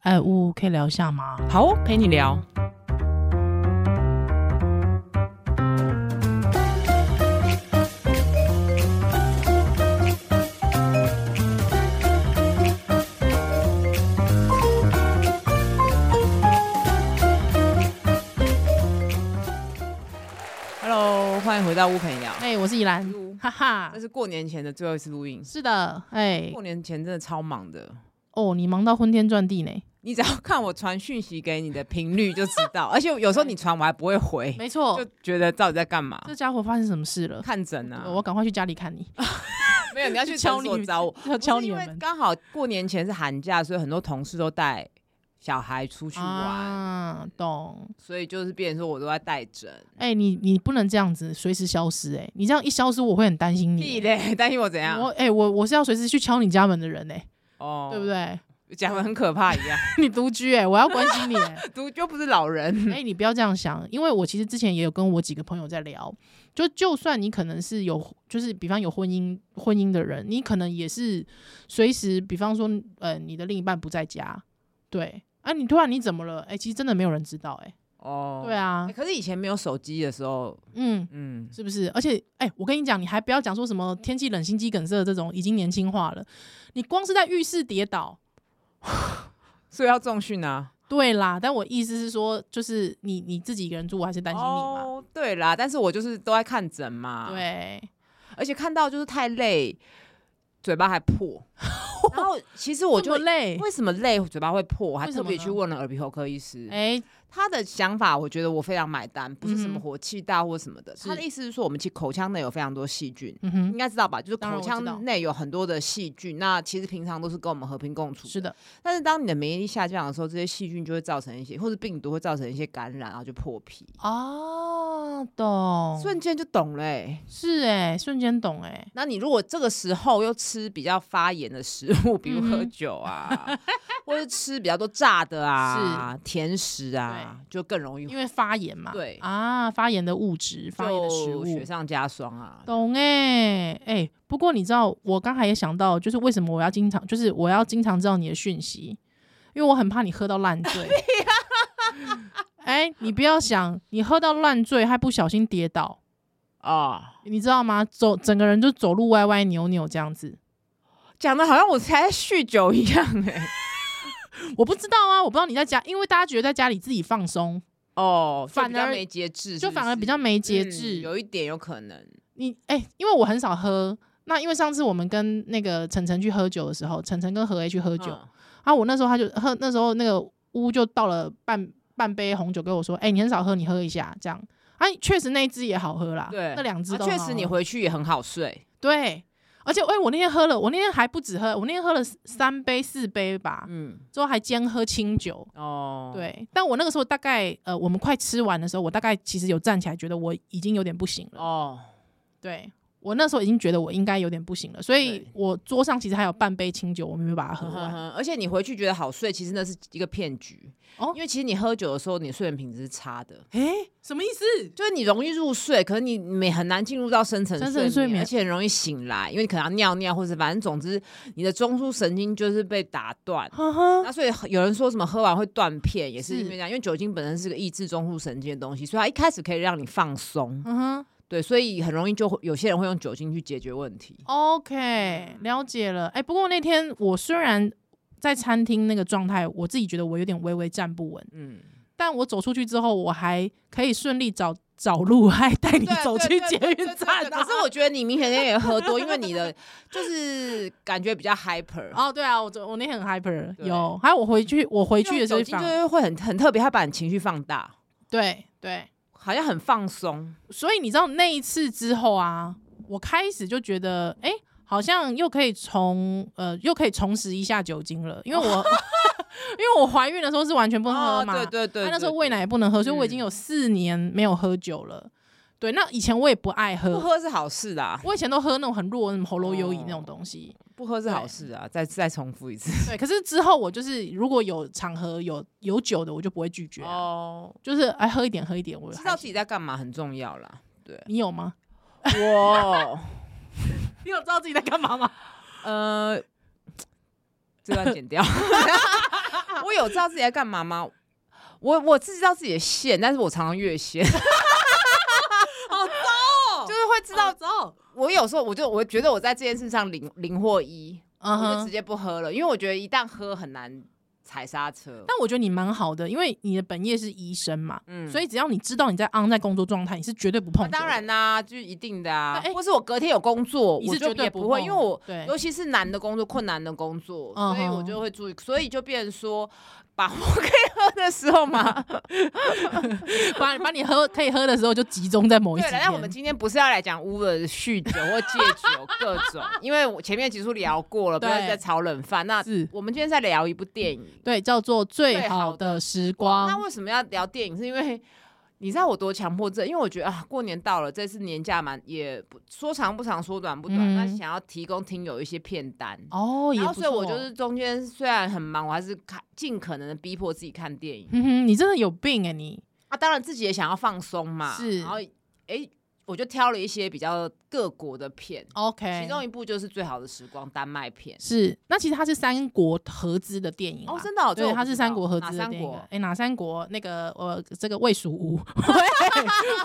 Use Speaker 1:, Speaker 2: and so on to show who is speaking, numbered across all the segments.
Speaker 1: 哎，呜，可以聊一下吗？
Speaker 2: 好哦，陪你聊。Hello，欢迎回到屋陪你聊。
Speaker 1: 哎，我是依兰
Speaker 2: 呜，
Speaker 1: 哈哈
Speaker 2: 这，是过年前的最后一次录音。
Speaker 1: 是的，哎
Speaker 2: 过，年前真的超忙的，
Speaker 1: 哦，你忙到昏天转地呢，
Speaker 2: 你只要看我传讯息给你的频率就知道，而且有时候你传我还不会回，
Speaker 1: 没错
Speaker 2: 就，觉得到底在干嘛？
Speaker 1: 这家伙发生什么事了？
Speaker 2: 看诊啊
Speaker 1: 我，赶快去家里看你，
Speaker 2: 没有你要去
Speaker 1: 敲
Speaker 2: 诊
Speaker 1: 你
Speaker 2: 所
Speaker 1: 们
Speaker 2: 找我，
Speaker 1: 要敲你
Speaker 2: 因
Speaker 1: 们
Speaker 2: 为
Speaker 1: 门
Speaker 2: 刚好过年前是寒假，所以很多同事都带小孩出去玩，
Speaker 1: 啊，懂？
Speaker 2: 所以就是变成说我都在带诊。
Speaker 1: 哎，你你不能这样子随时消失，哎，你这样一消失，我会很担心
Speaker 2: 屁
Speaker 1: 你。哎
Speaker 2: 嘞， 担心我怎样
Speaker 1: 我？哎，我我是要随时去敲你家门的人哎，
Speaker 2: 哦
Speaker 1: 对不？对？
Speaker 2: 讲的很可怕一样，
Speaker 1: 你独居哎，我要关心你哎。
Speaker 2: 都就不是老人。
Speaker 1: 哎、你不要这样想，因为我其实之前也有跟我几个朋友在聊，就就算你可能是有，就是比方有婚姻婚姻的人，你可能也是随时，比方说，呃，你的另一半不在家，对，啊，你突然你怎么了？哎、其实真的没有人知道、
Speaker 2: 哦
Speaker 1: 哎，，对啊
Speaker 2: 欸。，可是以前没有手机的时候，
Speaker 1: 嗯，
Speaker 2: 嗯，
Speaker 1: 是不是？而且，哎、我跟你讲，你还不要讲说什么天气冷、心肌梗塞这种已经年轻化了，你光是在浴室跌倒。
Speaker 2: 所以要重训啊。
Speaker 1: 对啦，但我意思是说，就是你你自己一个人住，我还是担心你嘛。
Speaker 2: 哦，对啦，但是我就是都在看诊嘛，，
Speaker 1: 对，
Speaker 2: 而且看到就是太累，嘴巴 还破，然后其实我
Speaker 1: 这
Speaker 2: 就
Speaker 1: 么累，
Speaker 2: 为什么累嘴巴会破？我还
Speaker 1: 为什
Speaker 2: 特
Speaker 1: 么
Speaker 2: 别
Speaker 1: 呢
Speaker 2: 去问了耳鼻喉科医师，
Speaker 1: 哎、
Speaker 2: 他的想法我觉得我非常买单，不是什
Speaker 1: 嗯哼
Speaker 2: 么火气大或什么的。
Speaker 1: 是
Speaker 2: 他的意思是说，我们其实口腔内有非常多细菌，
Speaker 1: 嗯哼
Speaker 2: 应，该知道吧？就是
Speaker 1: 当然
Speaker 2: 口
Speaker 1: 我知道
Speaker 2: 腔内有很多的细菌，那其实平常都是跟我们和平共处。
Speaker 1: 是的，
Speaker 2: 但是当你的免疫力下降的时候，这些细菌就会造成一些，或者病毒会造成一些感染，然后就破皮，
Speaker 1: 哦，懂，
Speaker 2: 瞬间就懂了、欸。
Speaker 1: 是哎、瞬间懂哎、
Speaker 2: 那你如果这个时候又吃比较发炎的食物，比如
Speaker 1: 嗯哼
Speaker 2: 喝酒啊，或者吃比较多炸的啊、甜食啊，就更容易
Speaker 1: 因为发炎嘛，
Speaker 2: 对
Speaker 1: 啊，发炎的物质，发炎的食
Speaker 2: 就
Speaker 1: 物，
Speaker 2: 雪上加霜啊。
Speaker 1: 懂哎、哎、不过你知道，我刚才也想到，就是为什么我要经常，就是我要经常知道你的讯息，因为我很怕你喝到烂 醉。哎、你不要想，你喝到烂醉还不小心跌倒，
Speaker 2: 哦，
Speaker 1: 你知道吗？走，整个人就走路歪歪扭扭这样子。
Speaker 2: 讲的好像我才在酗酒一样哎、
Speaker 1: 我不知道啊，我不知道你在家，因为大家觉得在家里自己放松，
Speaker 2: 哦，就
Speaker 1: 反
Speaker 2: 比较
Speaker 1: 而
Speaker 2: 没节制，
Speaker 1: 就是
Speaker 2: 不
Speaker 1: 反而
Speaker 2: 是
Speaker 1: 比较没节
Speaker 2: 嗯
Speaker 1: 制。
Speaker 2: 有一点有可能。
Speaker 1: 你哎、因为我很少喝，那因为上次我们跟那个晨晨去喝酒的时候，晨晨跟何 A 去喝酒，
Speaker 2: 嗯
Speaker 1: 啊，我那时候他就喝，那时候那个屋就倒了半半杯红酒给我说，哎、你很少喝，你喝一下这样。啊，确实那一支也好喝啦，
Speaker 2: 对，
Speaker 1: 那两支
Speaker 2: 啊
Speaker 1: 都
Speaker 2: 确
Speaker 1: 好
Speaker 2: 实你
Speaker 1: 喝
Speaker 2: 回去也很好睡，
Speaker 1: 对，而且哎、我那天喝了，我那天还不止喝，我那天喝了三杯四杯吧，
Speaker 2: 嗯，
Speaker 1: 之后还兼喝清酒。
Speaker 2: 哦，，
Speaker 1: 啊对，但我那个时候大概呃，我们快吃完的时候，我大概其实有站起来，觉得我已经有点不行了。
Speaker 2: 哦，
Speaker 1: 对我那时候已经觉得我应该有点不行了，所以
Speaker 2: 对
Speaker 1: 我桌上其实还有半杯清酒，我没有把它喝
Speaker 2: 嗯哼
Speaker 1: 完。
Speaker 2: 哼而且你回去觉得好睡，其实那是一个骗局，
Speaker 1: 哦
Speaker 2: 因为其实你喝酒的时候，你睡眠品质是差的。
Speaker 1: 哎、什么意思？
Speaker 2: 就是你容易入睡，可是你你很难进入到深层
Speaker 1: 深层
Speaker 2: 眠，
Speaker 1: 睡眠
Speaker 2: 而且很容易醒来，因为你可能要尿尿，或者反正总之你的中枢神经就是被打断。
Speaker 1: 哈哈，
Speaker 2: 那所以有人说什么喝完会断片，也是
Speaker 1: 哦是
Speaker 2: 因为这样，因为酒精本身是个抑制中枢神经的东西，所以它一开始可以让你放松，
Speaker 1: 嗯哼
Speaker 2: 对，所以很容易就会有些人会用酒精去解决问题。
Speaker 1: 哦，OK，了解了。哎、不过那天我虽然在餐厅那个状态，我自己觉得我有点微微站不稳，
Speaker 2: 嗯，
Speaker 1: 但我走出去之后，我还可以顺利找找路，还带你走去捷运站、啊
Speaker 2: 可是我觉得你明显也喝多，因为你的就是感觉比较 hyper。
Speaker 1: 哦，对啊，我昨我那天很 hyper，
Speaker 2: 对
Speaker 1: 有，还有我回去我回去的时候
Speaker 2: 因为酒精就是会很很特别，它把你情绪放大，
Speaker 1: 对对，
Speaker 2: 好像很放松。
Speaker 1: 所以你知道那一次之后啊，我开始就觉得，哎、好像又可以重呃，又可以重拾一下酒精了，因为 我因为我怀孕的时候是完全不喝嘛，
Speaker 2: 哦对对对，
Speaker 1: 她那时候
Speaker 2: 对
Speaker 1: 喂奶也不能喝，所以我已经
Speaker 2: 嗯
Speaker 1: 有四年没有喝酒了。对，那以前我也不爱
Speaker 2: 不
Speaker 1: 喝，
Speaker 2: 喝是好事啦，
Speaker 1: 我以前都喝那种很弱、什么喉咙优饮
Speaker 2: 哦
Speaker 1: 那种东西。
Speaker 2: 不喝是好事啊。再再重复一 次。
Speaker 1: 对，可是之后我就是如果有场合有有酒的，我就不会拒绝啊、
Speaker 2: 哦，
Speaker 1: 就是哎喝一点喝一点，我
Speaker 2: 知道
Speaker 1: 还
Speaker 2: 自己在干嘛很重要啦。对，
Speaker 1: 你有吗？
Speaker 2: 我
Speaker 1: 你有知道自己在干嘛吗？
Speaker 2: 呃，这段剪掉。我有知道自己在干嘛吗？我我自己知道自己的线，但是我常常 越线，
Speaker 3: 好糟哦，
Speaker 2: 就是会知道
Speaker 3: 好。
Speaker 1: 哦
Speaker 3: 糟。
Speaker 2: 我有时候我就我觉得我在这件事上零零或一，
Speaker 1: 嗯
Speaker 2: 我就
Speaker 1: 哼
Speaker 2: 直。接不喝了，因为我觉得一旦喝很难踩刹车。
Speaker 1: 但我觉得你蛮好的，因为你的本业是医生嘛，
Speaker 2: 嗯
Speaker 1: 所以只要你知道你在 on 在工作状态，你是绝对不碰
Speaker 2: 啊、
Speaker 1: 酒的。
Speaker 2: 当然啦、就一定的啊
Speaker 1: 那，哎
Speaker 2: 或是我隔天有工作，
Speaker 1: 你是
Speaker 2: 我就
Speaker 1: 绝对
Speaker 2: 也
Speaker 1: 不
Speaker 2: 不会，
Speaker 1: 碰
Speaker 2: 因为我
Speaker 1: 对
Speaker 2: 尤其是难的工作、困难的工作，
Speaker 1: 嗯哼
Speaker 2: 所以我就会注意，所以就变成说，把握可以喝的时 候嘛。
Speaker 1: 把把你喝可以喝的时候就集中在某一
Speaker 2: 对
Speaker 1: 几
Speaker 2: 了，
Speaker 1: 天。
Speaker 2: 但我们今天不是要来讲 Uber 的酗酒或戒酒各种，因为我前面其实聊过了，不
Speaker 1: 对
Speaker 2: 要再炒冷饭。那
Speaker 1: 是
Speaker 2: 我们今天在聊一部电影，
Speaker 1: 对叫做最
Speaker 2: 最
Speaker 1: 好
Speaker 2: 好
Speaker 1: 的时
Speaker 2: 那
Speaker 1: 光。
Speaker 2: 为什么要聊电影？是因为你知道我多强迫症，因为我觉得啊，过年到了，这次年假嘛，也不说长不长，说短不短。
Speaker 1: 嗯
Speaker 2: 那想要提供听友一些片单，
Speaker 1: 哦，也
Speaker 2: 然后
Speaker 1: 不
Speaker 2: 所以我
Speaker 1: 错
Speaker 2: 就是中间虽然很忙，我还是看尽可能的逼迫自己看电影
Speaker 1: 嗯哼，你真的有病哎、你
Speaker 2: 啊。当然自己也想要放松嘛，
Speaker 1: 是
Speaker 2: 然后哎、诶我就挑了一些比较各国的片。
Speaker 1: OK？
Speaker 2: 其中一部就是《最好的时光》丹麦片
Speaker 1: 是那其实它是三国合资的电影
Speaker 2: 哦，
Speaker 1: 啦
Speaker 2: 真的、哦，这
Speaker 1: 对，
Speaker 2: 我
Speaker 1: 它
Speaker 2: 不
Speaker 1: 是
Speaker 2: 知道
Speaker 1: 三国合
Speaker 2: 哪
Speaker 1: 资的
Speaker 2: 三
Speaker 1: 电影
Speaker 2: 国
Speaker 1: 啊。哎、哪三国？那个呃，这个魏蜀吴， 喂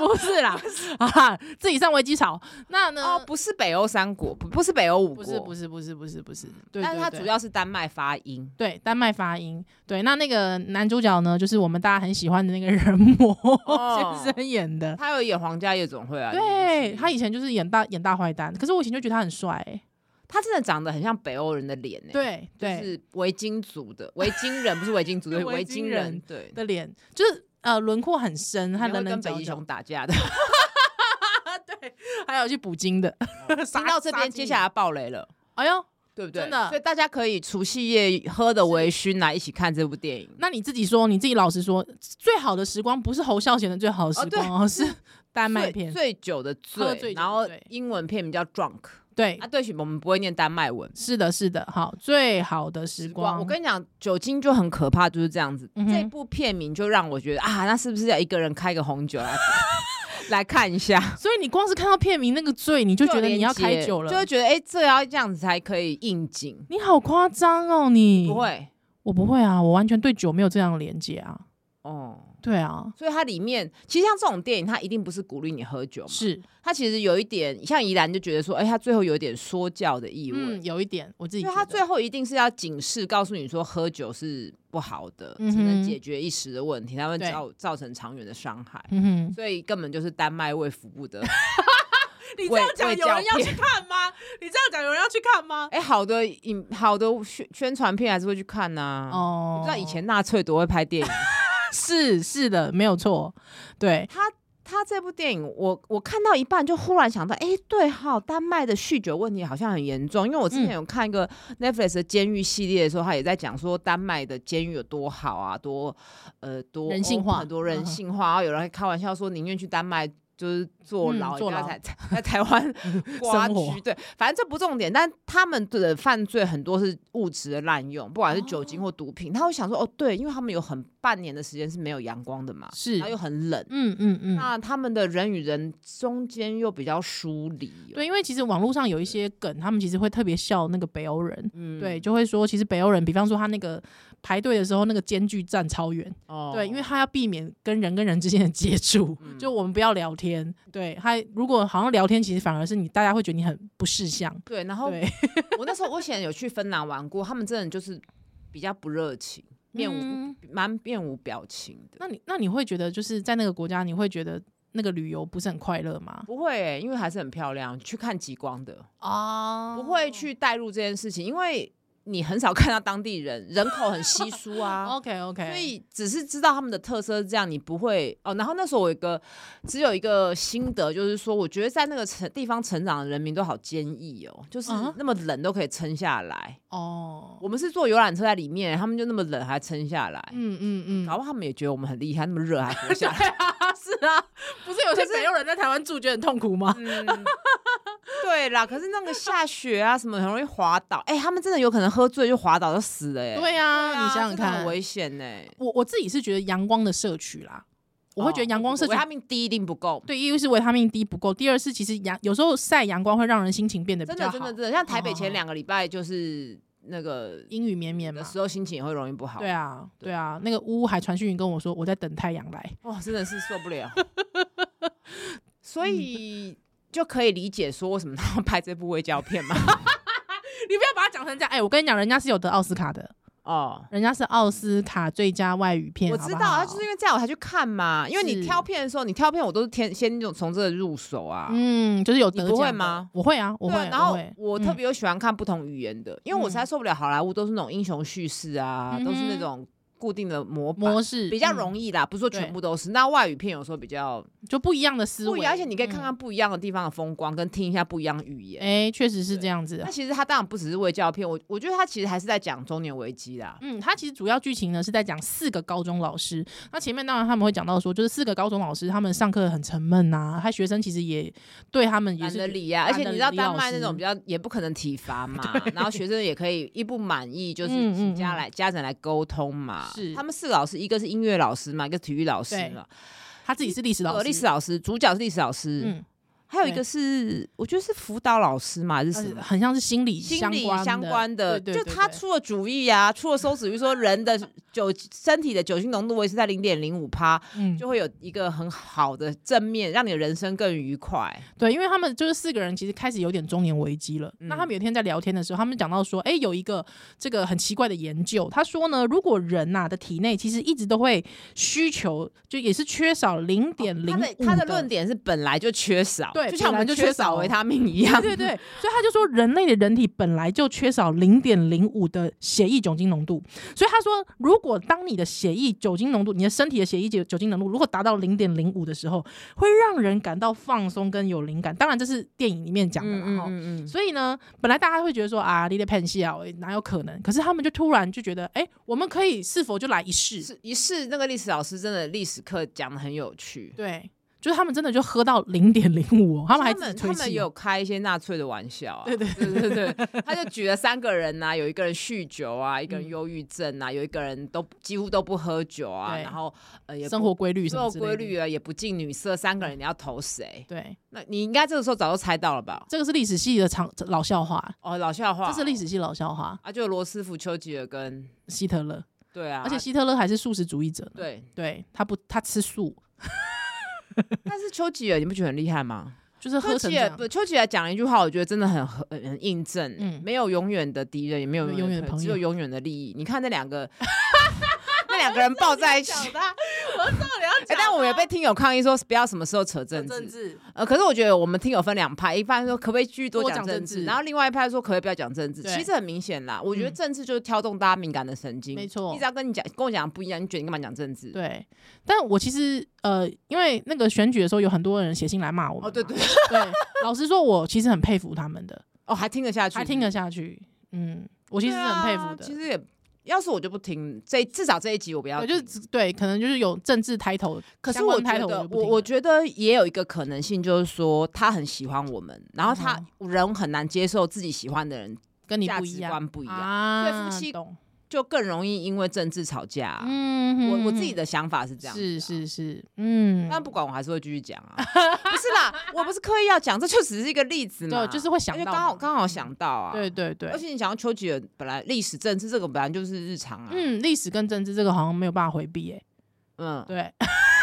Speaker 1: 不是啦， 啊，自己上危机潮。那呢？
Speaker 2: 哦，不是北欧三国，不不是北欧五
Speaker 1: 不
Speaker 2: 国，
Speaker 1: 是，不是，不是，不是，不是。对，
Speaker 2: 但是
Speaker 1: 对
Speaker 2: 它
Speaker 1: 对
Speaker 2: 主要是丹麦发音。
Speaker 1: 对丹麦发音。对，那那个男主角呢，就是我们大家很喜欢的那个人魔、
Speaker 2: 哦
Speaker 1: 先生演的。
Speaker 2: 他有演《皇家夜总会》啊，
Speaker 1: 对
Speaker 2: 你
Speaker 1: 他
Speaker 2: 是
Speaker 1: 以前就是演大演大坏蛋，可是我以前就觉得他很帅、欸。
Speaker 2: 他真的长得很像北欧人的脸呢、
Speaker 1: 对对，
Speaker 2: 就是维京族的维京人，不是维 京族的
Speaker 1: 对
Speaker 2: 维
Speaker 1: 维
Speaker 2: 京
Speaker 1: 京
Speaker 2: 人
Speaker 1: 人，
Speaker 2: 对，
Speaker 1: 的脸就是呃轮廓很深，他
Speaker 2: 他
Speaker 1: 人
Speaker 2: 能
Speaker 1: 人
Speaker 2: 跟
Speaker 1: 角
Speaker 2: 北极
Speaker 1: 角
Speaker 2: 熊 打架的。
Speaker 1: 还有去捕鲸的。
Speaker 2: 哦 听到这边，接下来
Speaker 1: 来，
Speaker 2: 爆雷了，
Speaker 1: 哎呦，
Speaker 2: 对不对？
Speaker 1: 真的
Speaker 2: 所以大家可以除夕夜喝的微醺来一起看这部电影。
Speaker 1: 那你自己说，你自己老实说，最好的时光不是侯孝贤的最好的时光哦，是丹麦
Speaker 2: 最
Speaker 1: 片。
Speaker 2: 醉酒的
Speaker 1: 喝
Speaker 2: 醉，
Speaker 1: 醉酒的
Speaker 2: 然后
Speaker 1: 醉
Speaker 2: 英文片名叫 Drunk
Speaker 1: 对
Speaker 2: 啊，，对不起，我们不会念丹麦文。
Speaker 1: 是的，是的，好，最好的时光。
Speaker 2: 我跟你讲，酒精就很可怕，就是这样子。
Speaker 1: 嗯哼
Speaker 2: 这部片名就让我觉得啊，那是不是要一个人开个 红酒来来看一下？
Speaker 1: 所以你光是看到片名那个醉， 你就觉得你要开酒了
Speaker 2: 就，会觉得哎、诶这要这样子才可以应景。
Speaker 1: 你好夸张哦，你
Speaker 2: 不，会
Speaker 1: 我不会啊，我完全对酒没有这样的连接啊。
Speaker 2: 哦，
Speaker 1: 对啊，
Speaker 2: 所以它里面其实像这种电影，它一定不是鼓励你喝酒嘛，
Speaker 1: 是，
Speaker 2: 它其实有一点像怡兰就觉得说，哎、它最后有一点说教的意味。
Speaker 1: 嗯，有一点，我自己
Speaker 2: 所
Speaker 1: 觉
Speaker 2: 以
Speaker 1: 得，
Speaker 2: 它最后一定是要警示，告诉你说喝酒是不好的，
Speaker 1: 嗯哼
Speaker 2: 只能解决一时的问题，它会
Speaker 1: 对
Speaker 2: 造造成长远的伤害。
Speaker 1: 嗯 哼，
Speaker 2: 所以根本就是丹麦为服务的。
Speaker 3: 你
Speaker 2: 这样讲有人要去
Speaker 3: 看吗？你这样讲有人要去看吗？
Speaker 2: 哎、好的影，好的宣宣传片还是会去看呐、哦，
Speaker 1: 哦
Speaker 2: 你，知道以前纳粹多会拍电影，
Speaker 1: 是是的，没有错，对，
Speaker 2: 他这部电影，我我看到一半就忽然想到，哎、对哈，丹麦的酗酒问题好像很严重，因为我之前
Speaker 1: 嗯
Speaker 2: 有看一个 Netflix 的监狱系列的时候，他也在讲说丹麦的监狱有多好啊，多呃多
Speaker 1: 人性化
Speaker 2: open，多人
Speaker 1: 嗯
Speaker 2: 性化，然后有人还开玩笑说宁愿去丹麦。就是坐
Speaker 1: 嗯
Speaker 2: 牢，也
Speaker 1: 坐
Speaker 2: 不要
Speaker 1: 牢
Speaker 2: 在在台湾 瓜
Speaker 1: 生活
Speaker 2: 居，对，反正这不重点。但他们的犯罪很多是物质的滥用，不管是酒精或毒品。他会想说，哦，对，因为他们有很半年的时间是没有阳光的嘛，
Speaker 1: 是
Speaker 2: 然后又很冷，
Speaker 1: 嗯嗯嗯，
Speaker 2: 那他们的人与人中间又比较疏离、哦
Speaker 1: 对，，因为其实网络上有一些梗，他们其实会特别笑那个北欧人。
Speaker 2: 嗯
Speaker 1: 对，，就会说，其实北欧人，比方说他那个排队的时候，那个间距站超远，
Speaker 2: 哦
Speaker 1: 对，因为他要避免跟人跟人之间的接触，
Speaker 2: 嗯
Speaker 1: 就我们不要聊天。对，他如果好像聊天，其实反而是你大家会觉得你很不识相。
Speaker 2: 对，然后
Speaker 1: 对，
Speaker 2: 我那时候我以前有去芬兰玩过，他们真的就是比较不 热情，面无
Speaker 1: 嗯
Speaker 2: 蛮、面无表情的。
Speaker 1: 那你那你会觉得就是在那个国家，你会觉得那个旅游不是很快乐吗？
Speaker 2: 不会、欸，因为还是很漂亮，去看极光的，
Speaker 1: 啊
Speaker 2: 不会去带入这件事情，因为你很少看到当地人，人口很稀疏啊。
Speaker 1: OK OK，
Speaker 2: 所以只是知道他们的特色是这样，你不会哦。然后那时候我有一个只有一个心得，就是说，我觉得在那个成地方成长的人民都好坚毅哦，就是
Speaker 1: 啊
Speaker 2: 那么冷都可以撑下来。
Speaker 1: 哦，
Speaker 2: 我们是坐游览车在里面，他们就那么冷还撑下来，
Speaker 1: 嗯嗯嗯，
Speaker 2: 搞不好他们也觉得我们很厉害，那么热还活 下来。
Speaker 1: 啊，是啊，不是有些
Speaker 2: 可是
Speaker 1: 北欧人在台湾住觉得很痛苦吗？
Speaker 2: 嗯， 对啦，可是那个下雪啊，什么很容易滑倒，哎、他们真的有可能喝醉就滑倒就死了、哎，
Speaker 1: 对啊，你想想
Speaker 2: 真的
Speaker 1: 看
Speaker 2: 很，危险呢、
Speaker 1: 我我自己是觉得阳光的摄取啦，我会觉得阳光摄
Speaker 2: 哦
Speaker 1: 取
Speaker 2: 维他命 D 一定不够，
Speaker 1: 对，一个是维他命 D 不够，第二是其实阳有时候晒阳光会让人心情变得比
Speaker 2: 真
Speaker 1: 较
Speaker 2: 的
Speaker 1: 好。
Speaker 2: 真的真的，像台北
Speaker 1: 哦
Speaker 2: 前两个礼拜就是那个
Speaker 1: 阴雨绵绵
Speaker 2: 的
Speaker 1: 嘛。
Speaker 2: 时候，心情也会容易不好。
Speaker 1: 对，啊，对啊，那个乌还传讯跟我说，我在等太阳来。
Speaker 2: 哇，真的是受不了。所以就可以理解说为什么他要拍这部微胶片 嘛。
Speaker 1: 你不要把它讲成这样，哎、我跟你讲，人家是有得奥斯卡的，
Speaker 2: 哦，
Speaker 1: 人家是奥斯卡最佳外语片，
Speaker 2: 我知
Speaker 1: 好
Speaker 2: 道，
Speaker 1: 不好
Speaker 2: 他就是因为这样我才去看嘛。因为
Speaker 1: 是
Speaker 2: 你挑片的时候，你挑片我都是天先从这个入手啊。
Speaker 1: 嗯，就是有得
Speaker 2: 你不会
Speaker 1: 奖的
Speaker 2: 吗？
Speaker 1: 我会啊，我
Speaker 2: 对
Speaker 1: 会。
Speaker 2: 啊，然后
Speaker 1: 会
Speaker 2: 我
Speaker 1: 嗯
Speaker 2: 特别又喜欢看不同语言的，因为我实在受不了好莱坞都是那种英雄叙事啊，
Speaker 1: 嗯哼
Speaker 2: 都是那种固定的模板，
Speaker 1: 模式嗯
Speaker 2: 比较
Speaker 1: 易、
Speaker 2: 容易啦。不是说
Speaker 1: 对
Speaker 2: 全部都是，那外语片有时候比较
Speaker 1: 就不一样的思
Speaker 2: 不一
Speaker 1: 维，
Speaker 2: 样，而且你可以看
Speaker 1: 嗯
Speaker 2: 看不一样的地方的风光，跟听一下不一样的语言。
Speaker 1: 哎，确实是
Speaker 2: 对
Speaker 1: 这样子
Speaker 2: 那。其实他当然不只是为教片，我我觉得他其实还是在讲中年危机啦。
Speaker 1: 嗯，它其实主要剧情呢是在讲四个高中老师。那前面当然他们会讲到说，就是四个高中老师他们上课很沉闷呐、他学生其实也对他们也
Speaker 2: 懒
Speaker 1: 是
Speaker 2: 得理呀、
Speaker 1: 懒
Speaker 2: 而且
Speaker 1: 得
Speaker 2: 你知道
Speaker 1: 理
Speaker 2: 丹
Speaker 1: 老
Speaker 2: 麦那
Speaker 1: 师
Speaker 2: 种比较也不可能 体罚嘛，然后学生也可以一不满意就是
Speaker 1: 嗯
Speaker 2: 请
Speaker 1: 嗯
Speaker 2: 家
Speaker 1: 嗯
Speaker 2: 来、家长来沟通嘛。
Speaker 1: 是
Speaker 2: 他们四个老师，一个是音乐老师嘛，一个是体育老师
Speaker 1: 对
Speaker 2: 嘛，
Speaker 1: 他自己是历史老
Speaker 2: 呃
Speaker 1: 师，
Speaker 2: 历史老师，主角是历史老师，
Speaker 1: 嗯，
Speaker 2: 还有一
Speaker 1: 对呃
Speaker 2: 个是我觉得是辅导老师嘛，还是
Speaker 1: 他
Speaker 2: 什
Speaker 1: 是
Speaker 2: 么？
Speaker 1: 很像是心理
Speaker 2: 心理
Speaker 1: 关
Speaker 2: 相关的，
Speaker 1: 对对对
Speaker 2: 就他
Speaker 1: 对
Speaker 2: 出了主意啊，出了馊主意，说人的酒身体的酒精浓度维持在零点零五帕，
Speaker 1: 嗯，
Speaker 2: 就会有一个很好的正面，让你的人生更愉快。
Speaker 1: 对，因为他们就是四个人，其实开始有点中年危机了。那他
Speaker 2: 嗯
Speaker 1: 们有一天在聊天的时候，他们讲到说，哎，有一个这个很奇怪的研究，他说呢，如果人啊呐、的体内其实一直都会需求，就也是缺少零点零
Speaker 2: 哦他的
Speaker 1: 五
Speaker 2: 他的论点是本来就缺少，
Speaker 1: 对
Speaker 2: 就像我
Speaker 1: 本来
Speaker 2: 们
Speaker 1: 就缺
Speaker 2: 缺
Speaker 1: 少
Speaker 2: 少维他命一 样。
Speaker 1: 对对，对，所以他就说，人类的人体本来就缺少零点零五的血液酒精浓度，所以他说，如果当你的血液酒精浓度，你的身体的血液酒酒精浓度如果达到零点零五的时候，会让人感到放松跟有灵感。当然，这是电影里面讲的
Speaker 2: 嗯
Speaker 1: 啦。
Speaker 2: 嗯
Speaker 1: 哈
Speaker 2: 嗯嗯，
Speaker 1: 所以呢，本来大家会觉得说啊，你的喷气啊，哪有可能？可是他们就突然就觉得，哎、我们可以是否就来一试？
Speaker 2: 是一是那个历史老师真的历史课讲的很有趣，
Speaker 1: 对，就是他们真的就喝到零点零五，他们还
Speaker 2: 他
Speaker 1: 自己
Speaker 2: 们
Speaker 1: 吹
Speaker 2: 他
Speaker 1: 气
Speaker 2: 们
Speaker 1: 哦。
Speaker 2: 有开一些纳粹的玩笑啊，
Speaker 1: 对对
Speaker 2: 对对对，他就举了三个人呐、有一个人酗酒啊，一个人
Speaker 1: 嗯
Speaker 2: 忧郁症啊，有一个人都几乎都不喝酒啊，
Speaker 1: 对
Speaker 2: 然后呃也
Speaker 1: 生
Speaker 2: 不
Speaker 1: 活规律什
Speaker 2: 生
Speaker 1: 么
Speaker 2: 活
Speaker 1: 之类
Speaker 2: 规
Speaker 1: 的
Speaker 2: 律啊，也不近女色，三个人你要投谁？
Speaker 1: 对，
Speaker 2: 那你应该这个时候早就猜到了吧？
Speaker 1: 这个是历史系的长老笑话，
Speaker 2: 哦，老笑话，
Speaker 1: 这是历史系老笑话。
Speaker 2: 啊，就罗斯福、丘吉尔跟
Speaker 1: 希特勒，
Speaker 2: 对啊，
Speaker 1: 而且希特勒还是素食主义者呢。
Speaker 2: 对，
Speaker 1: 对，他不，他吃素，
Speaker 2: 但是丘吉尔你不觉得很厉害吗？
Speaker 1: 就是喝
Speaker 2: 丘
Speaker 1: 成
Speaker 2: 吉
Speaker 1: 这
Speaker 2: 尔
Speaker 1: 样。
Speaker 2: 不，丘吉尔讲了一句话，我觉得真的很很很印证、
Speaker 1: 嗯
Speaker 2: 没有永远的敌人，也没有
Speaker 1: 没有永
Speaker 2: 永
Speaker 1: 远
Speaker 2: 远
Speaker 1: 的
Speaker 2: 的
Speaker 1: 朋
Speaker 2: 朋友，
Speaker 1: 友
Speaker 2: 只有永远的利益。你看那两 个，那两个人抱在一起。
Speaker 3: 讲的啊，我知道你要
Speaker 2: 哎、
Speaker 3: 讲。
Speaker 2: 但我
Speaker 1: 啊
Speaker 2: 们也被听友抗议说不要什么时候扯政治，
Speaker 3: 政治，
Speaker 2: 呃，可是我觉得我们听友分两派，一派说可不可以继续多
Speaker 1: 多
Speaker 2: 讲
Speaker 1: 讲政
Speaker 2: 政治，
Speaker 1: 治
Speaker 2: 然后另外一派说可不可以不要讲政治。
Speaker 1: 对
Speaker 2: 其实很明显啦，我觉得
Speaker 1: 嗯
Speaker 2: 政治就是挑动大家敏感的神经，
Speaker 1: 没错
Speaker 2: 一直要跟你讲，跟我讲不一样，你觉得你干嘛讲政治？，
Speaker 1: 对，但我其实呃，因为那个选举的时候，有很多人写信来骂我们嘛。
Speaker 2: 哦对对，
Speaker 1: 对，老实说，我其实很佩服他们 的，
Speaker 2: 哦还听得下去，
Speaker 1: 还听得下去。嗯，我其实是很佩服
Speaker 2: 对啊其
Speaker 1: 的。
Speaker 2: 实也，要是我就不听，这至少这一集我不要
Speaker 1: 我
Speaker 2: 听。
Speaker 1: 就是只对，可能就是有政治抬头，
Speaker 2: 可是
Speaker 1: 相关
Speaker 2: 我觉
Speaker 1: 抬头
Speaker 2: 得
Speaker 1: 就，不
Speaker 2: 我
Speaker 1: 听
Speaker 2: 我
Speaker 1: 了
Speaker 2: 觉得也有一个可能性，就是说他很喜欢我们，然后
Speaker 1: 嗯
Speaker 2: 他人很难接受自己喜欢的人，
Speaker 1: 跟你
Speaker 2: 价
Speaker 1: 不
Speaker 2: 值
Speaker 1: 一样，
Speaker 2: 观不一样
Speaker 1: 啊
Speaker 2: 所以夫妻
Speaker 1: 懂。
Speaker 2: 就更容易因为政治吵架啊、
Speaker 1: 嗯
Speaker 2: 我我自己
Speaker 1: 的
Speaker 2: 的想法是这样子啊、
Speaker 1: 是是是，嗯，
Speaker 2: 但不管我还是会继续讲啊， 不是啦，我不是刻意要讲，这就只是一个例子嘛，
Speaker 1: 对，就是会想
Speaker 2: 嗯啊因
Speaker 1: 到
Speaker 2: 为刚好
Speaker 1: 嘛嗯
Speaker 2: 刚好想到啊，
Speaker 1: 对对对
Speaker 2: 而，且你想要丘吉尔本来历史政治这个本来就是日常啊，嗯
Speaker 1: 嗯，历史跟政治这个好像没有办法回避、欸，
Speaker 2: 嗯，
Speaker 1: 对，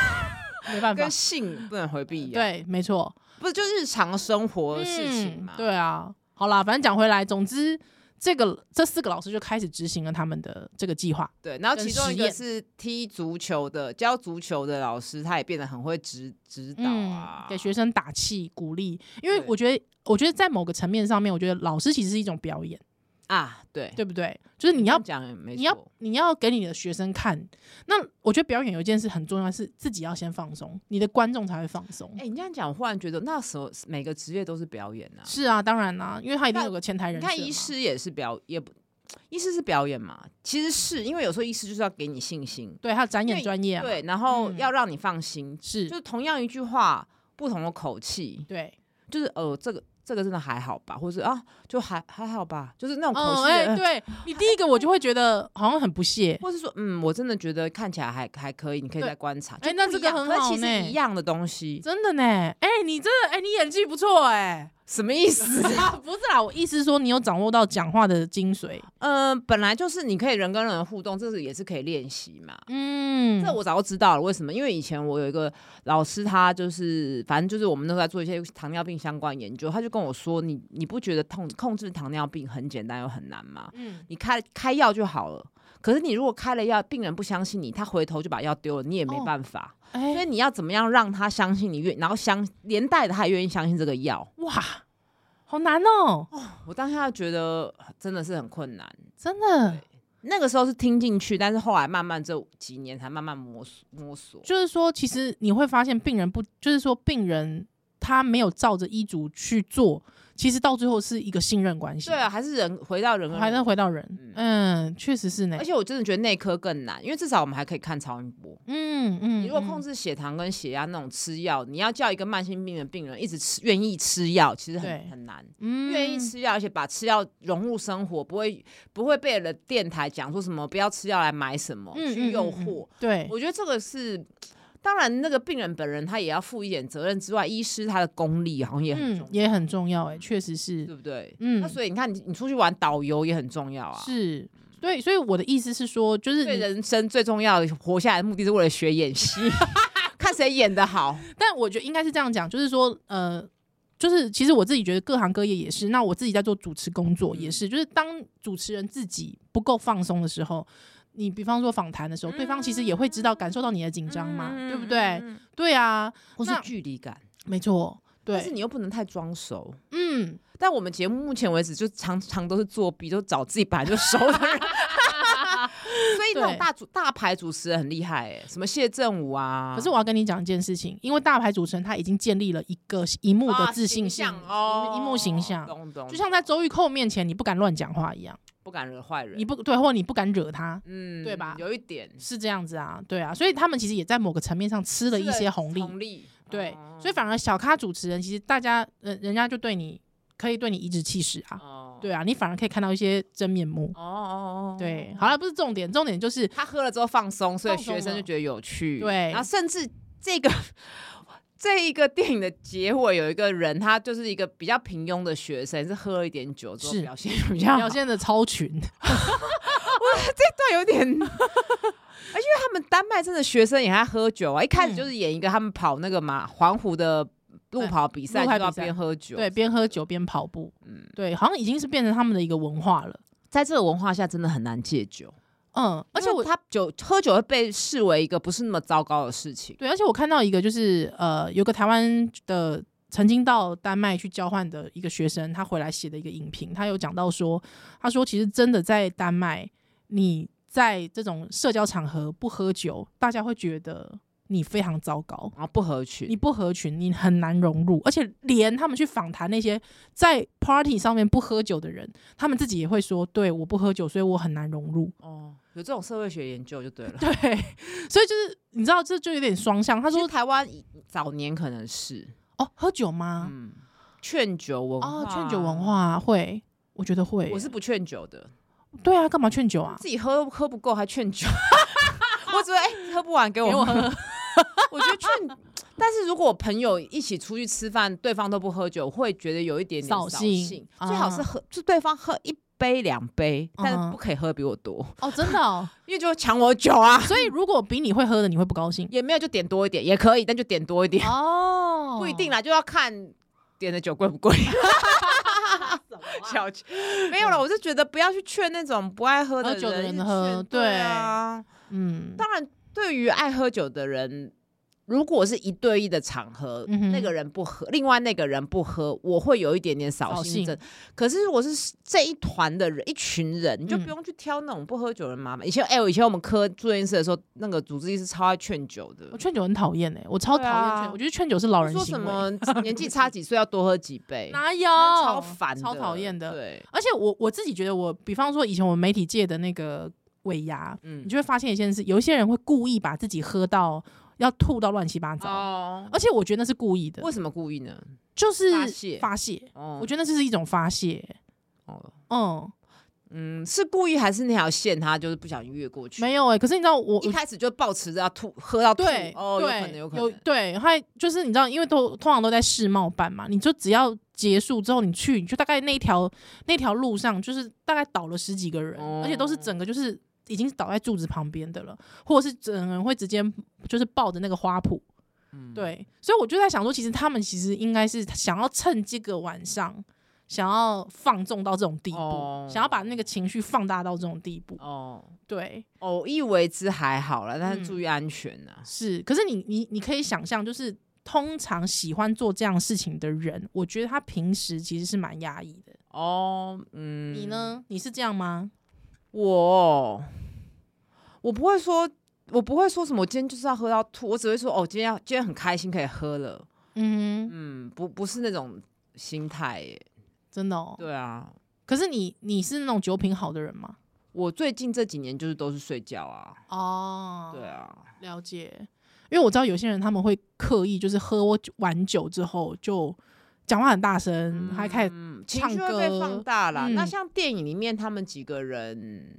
Speaker 1: 没办法
Speaker 2: 跟，性不能回避一样，
Speaker 1: 对，没错，
Speaker 2: 不是就日常生活的事情
Speaker 1: 嗯
Speaker 2: 嘛，
Speaker 1: 对啊，好啦，反正讲回来，总之这个这四个老师就开始执行了他们的这个计划，
Speaker 2: 对，然后
Speaker 1: 跟
Speaker 2: 其中
Speaker 1: 实
Speaker 2: 一个
Speaker 1: 验
Speaker 2: 是踢足球的，教足球的老师，他也变得很会指指导啊，
Speaker 1: 嗯给学生打气鼓励，因为
Speaker 2: 对
Speaker 1: 我觉得，我觉得在某个层面上面，我觉得老师其实是一种表演，
Speaker 2: 啊，对，
Speaker 1: 对不对？就是你要
Speaker 2: 这样讲也没
Speaker 1: 你要
Speaker 2: 错
Speaker 1: 你要给你的学生看，那我觉得表演有一件事很重要，是自己要先放松，你的观众才会放松。
Speaker 2: 哎、你这样讲，我忽然觉得那时候每个职业都是表演啊。
Speaker 1: 是啊，当然啦、因为他一定
Speaker 2: 那
Speaker 1: 有个前台
Speaker 2: 你
Speaker 1: 人设嘛。
Speaker 2: 看医师也是表，也不，医师是表演嘛？其实是因为有时候医师就是要给你信心，
Speaker 1: 对，还有展
Speaker 2: 因
Speaker 1: 演
Speaker 2: 为
Speaker 1: 专业、啊，
Speaker 2: 对，，然后
Speaker 1: 嗯，
Speaker 2: 要让你放心，就是是同样一句话，不同的口气，
Speaker 1: 对，
Speaker 2: 就是呃，这个这个真的还好吧，或是啊就还还好吧，就是那种口
Speaker 1: 嗯，
Speaker 2: 气
Speaker 1: 哎、
Speaker 2: 的，
Speaker 1: 对你第一个我就会觉得好像很不屑，
Speaker 2: 或是说嗯，我真的觉得看起来还还可以，你可以
Speaker 1: 对
Speaker 2: 再观察。
Speaker 1: 哎
Speaker 2: 就
Speaker 1: 那
Speaker 2: 不
Speaker 1: 这
Speaker 2: 一
Speaker 1: 个
Speaker 2: 样
Speaker 1: 很
Speaker 2: 可是
Speaker 1: 好
Speaker 2: 其实
Speaker 1: 呢
Speaker 2: 一样的东西，
Speaker 1: 真的呢。哎、你真的哎、你演技不错 哎、
Speaker 2: 什么意思？
Speaker 1: 啊，不是啦，我意思是说你有掌握到讲话的精髓。
Speaker 2: 嗯，本来就是你可以人跟人的互动，这个也是可以练习嘛。
Speaker 1: 嗯，
Speaker 2: 这我早就知道了，为什么？因为以前我有一个老师，他就是反正就是我们都在做一些糖尿病相关研究，他就跟我说：“你你不觉得控控制糖尿病很简单又很难吗？
Speaker 1: 嗯，
Speaker 2: 你开开药就好了。可是你如果开了药，病人不相信你，他回头就把药丢了，你也没
Speaker 1: 哦
Speaker 2: 办法。
Speaker 1: 哎、
Speaker 2: 嗯所以你要怎么样让他相信你愿，然后相连带的他也愿意相信这个药。
Speaker 1: 哇，好难哦、
Speaker 2: 我当下觉得真的是很困难。
Speaker 1: 真的。
Speaker 2: 那个时候是听进去，但是后来慢慢这几年才慢慢摸索摸索。
Speaker 1: 就是说，其实你会发现病人不，就是说病人他没有照着医嘱去做，其实到最后是一个信任关系。
Speaker 2: 对啊，，还是人回到人跟
Speaker 1: 还
Speaker 2: 人
Speaker 1: 能回到人，嗯，确实是呢
Speaker 2: 而。且我真的觉得内科更难，因为至少我们还可以看超音波。
Speaker 1: 嗯嗯，
Speaker 2: 你如果控
Speaker 1: 制
Speaker 2: 制血糖跟血压那种吃药，你要叫一个慢性病的病人一直吃，愿意吃药，其实
Speaker 1: 对
Speaker 2: 很很难。
Speaker 1: 嗯
Speaker 2: 愿意吃药，而且把吃药融入生活，不会不会被了电台讲说什么不要吃药来买什么、
Speaker 1: 嗯
Speaker 2: 去诱惑。，
Speaker 1: 对，
Speaker 2: 我觉得这个是，当然那个病人本人他也要负一点责任之外，医师他的功力好像也很重
Speaker 1: 嗯
Speaker 2: 要，
Speaker 1: 也很重要哎，确实是，
Speaker 2: 对不对？
Speaker 1: 嗯
Speaker 2: 那所以你看你你出去玩，导游也很重要啊。
Speaker 1: 是，对，所以我的意思是说，就是
Speaker 2: 对
Speaker 1: 你
Speaker 2: 人生最重要的活下来的目的是为了学演戏， 看谁演的好。
Speaker 1: 但我觉得应该是这样讲，就是说，呃，就是其实我自己觉得各行各业也是。那我自己在做主持工作
Speaker 2: 嗯
Speaker 1: 也是，就是当主持人自己不够放松的时候，你比方说访谈的时候，对方其实也会知
Speaker 2: 嗯
Speaker 1: 道感受到你的紧张嘛，对不对？对啊，
Speaker 2: 或是
Speaker 1: 嗯那
Speaker 2: 距离感，
Speaker 1: 没错，
Speaker 2: 但是
Speaker 1: 对，
Speaker 2: 你又不能太装熟。
Speaker 1: 嗯，
Speaker 2: 但我们节目目前为止就常常都是作弊，就找自己本来就熟的 人。所以那种
Speaker 1: 对
Speaker 2: 大主大牌主持人很厉害哎、什么谢振武啊。
Speaker 1: 可是我要跟你讲一件事情，因为大牌主持人他已经建立了一个荧幕的
Speaker 2: 啊
Speaker 1: 自信心
Speaker 2: 形象哦，
Speaker 1: 荧幕形象
Speaker 2: 懂懂，
Speaker 1: 就像在周玉蔻面前，你不敢乱讲话一样，
Speaker 2: 不敢惹坏人，
Speaker 1: 你不对，或你不敢惹他，
Speaker 2: 嗯
Speaker 1: 对吧
Speaker 2: 有一点
Speaker 1: 是这样子啊，对啊，所以他们其实也在某个层面上吃了一些红利，
Speaker 2: 红利
Speaker 1: 对，
Speaker 2: 哦
Speaker 1: 所以反而小咖主持人，其实大家人人家就对你可以对你颐指气使啊，
Speaker 2: 哦
Speaker 1: 对啊，你反而可以看到一些真面目。
Speaker 2: 哦哦，哦
Speaker 1: 对，好了，不是重点，重点 就是
Speaker 2: 他喝了之后放松，所以
Speaker 1: 放松
Speaker 2: 学生
Speaker 1: 了
Speaker 2: 就觉得有趣。
Speaker 1: 对
Speaker 2: 然后甚至这个 这一个电影的结尾有一个人，他就是一个比较平庸的学生，是喝了一点酒之后
Speaker 1: 是
Speaker 2: 表现比较好
Speaker 1: 表现的超群，
Speaker 2: 对，有点。 而且因为他们丹麦真的学生也爱喝酒啊，一开
Speaker 1: 嗯
Speaker 2: 始就是演一个他们跑那个嘛环湖的路跑比赛，
Speaker 1: 路
Speaker 2: 就
Speaker 1: 跑
Speaker 2: 要
Speaker 1: 比赛
Speaker 2: 边喝酒。
Speaker 1: 对，，边喝酒边跑步，
Speaker 2: 嗯，
Speaker 1: 对，好像已经是变成他们的一个文化了。
Speaker 2: 在这个文化下真的很难戒酒，
Speaker 1: 嗯，而且
Speaker 2: 因为
Speaker 1: 我
Speaker 2: 他酒喝酒会被视为一个不是那么糟糕的事情。
Speaker 1: 对，而且我看到一个就是呃，有个台湾的曾经到丹麦去交换的一个学生，他回来写的一个影评，他有讲到说，他说其实真的在丹麦，你在这种社交场合不喝酒，大家会觉得你非常糟糕。
Speaker 2: 然后不合群，
Speaker 1: 你不合群，你很难融入，而且连他们去访谈那些在 party 上面不喝酒的人，他们自己也会说：“对，我不喝酒，所以我很难融入。”
Speaker 2: 哦，有这种社会学研究就对了。
Speaker 1: 对，所以就是你知道，这就有点双向。他
Speaker 2: 他说
Speaker 1: 说
Speaker 2: 台湾以早年可能是，：“
Speaker 1: 哦，喝酒吗？
Speaker 2: 嗯，劝酒文化，
Speaker 1: 哦，劝酒文，化会，我觉得会耶。
Speaker 2: 我是不劝酒的，
Speaker 1: 对啊，干嘛劝酒啊？
Speaker 2: 自己喝喝不够还劝 酒，我只会哎、喝不完给我
Speaker 1: 给我
Speaker 2: 喝。 我觉得劝，但是如果我朋友一起出去吃饭，对方都不喝酒，会觉得有一点点
Speaker 1: 扫
Speaker 2: 扫
Speaker 1: 兴啊
Speaker 2: 最好是喝，就对方喝一杯两杯，但
Speaker 1: 嗯
Speaker 2: 是不可以喝比我多，
Speaker 1: 哦，真的哦。
Speaker 2: 因为就会抢我酒啊。
Speaker 1: 所以如果比你会喝的，你会不高兴
Speaker 2: 也没有就点多一点也可以，但就点多一 点，
Speaker 1: 哦
Speaker 2: 不一定啦，就要看点的酒贵 不贵。
Speaker 1: 啊
Speaker 2: 小气，没有了，我是觉得不要去劝那种不爱喝的
Speaker 1: 嗯喝酒的
Speaker 2: 人
Speaker 1: 人
Speaker 2: 一直
Speaker 1: 喝
Speaker 2: 劝
Speaker 1: 对
Speaker 2: 对啊。
Speaker 1: 嗯，
Speaker 2: 当然，对于爱喝酒的人，如果是一对一的场合，
Speaker 1: 嗯哼
Speaker 2: 那个人不喝，另外那个人不喝，我会有一点点扫
Speaker 1: 扫
Speaker 2: 兴
Speaker 1: 兴
Speaker 2: 症。可是如果是这一团的人，一群人，你就
Speaker 1: 嗯
Speaker 2: 不用去挑那种不喝酒的人麻烦。以前，哎、我以前我们科住院医师的时候，那个主治医师超爱劝酒的
Speaker 1: 我。劝酒很讨厌哎，我超讨厌
Speaker 2: 对
Speaker 1: 劝，
Speaker 2: 啊
Speaker 1: 我觉得劝酒是老人
Speaker 2: 说
Speaker 1: 行
Speaker 2: 什
Speaker 1: 为，
Speaker 2: 么 年纪差几岁要多喝几杯，
Speaker 1: 哪有
Speaker 2: 超烦的，
Speaker 1: 哦超讨厌的。
Speaker 2: 对，
Speaker 1: 而且我我自己觉得我，比方说以前我们媒体界的那个尾牙，
Speaker 2: 嗯
Speaker 1: 你就会发现一件事，有一些人会故意把自己喝到要吐到乱七八糟，
Speaker 2: 哦，
Speaker 1: 而且我觉得那是故意的
Speaker 2: 为，什么故意呢？
Speaker 1: 就是
Speaker 2: 发泄
Speaker 1: 发泄，
Speaker 2: 哦，
Speaker 1: 我觉得那是一种发泄。
Speaker 2: 哦，
Speaker 1: 嗯，
Speaker 2: 嗯，是故意还是那条线他就是不小心越过去？
Speaker 1: 没有哎、可是你知道我
Speaker 2: 一开始就抱持着要吐，喝到吐，
Speaker 1: 对，
Speaker 2: 哦，有
Speaker 1: 对，
Speaker 2: 可能，有可能，
Speaker 1: 对，还就是你知道，因为都通常都在世贸办嘛，你就只要结束之后，你去，你就大概那一条那条路上，就是大概倒了十几个人，
Speaker 2: 哦
Speaker 1: 而且都是整个就是已经倒在柱子旁边的了，或者是整个人会直接就是抱着那个花圃。
Speaker 2: 嗯，
Speaker 1: 对，所以我就在想说，其实他们其实应该是想要趁这个晚上，想要放纵到这种地步，
Speaker 2: 哦
Speaker 1: 想要把那个情绪放大到这种地步。
Speaker 2: 哦，
Speaker 1: 对，
Speaker 2: 偶一为之还好了，但
Speaker 1: 嗯
Speaker 2: 是注意安全呐。
Speaker 1: 是，可是你你你可以想象，就是通常喜欢做这样事情的人，我觉得他平时其实是蛮压抑的。
Speaker 2: 哦，嗯，
Speaker 1: 你？呢？你是这样吗？
Speaker 2: 我我不会说，我不会说什么，我今天就是要喝到吐，我只会说，哦，今天要今天很开心可以喝了，
Speaker 1: 嗯哼，
Speaker 2: 嗯，不不是那种心态耶。
Speaker 1: 真的哦。
Speaker 2: 对啊，
Speaker 1: 可是你你是那种酒品好的人吗？
Speaker 2: 我最近这几年就是都是睡觉啊，
Speaker 1: 哦
Speaker 2: 对，啊，
Speaker 1: 了解。因为我知道有些人他们会刻意就是喝完酒之后就讲话很大声，还开始
Speaker 2: 嗯，情
Speaker 1: 唱
Speaker 2: 绪会被
Speaker 1: 歌
Speaker 2: 放大啦。那
Speaker 1: 嗯
Speaker 2: 像电影里面他们几个人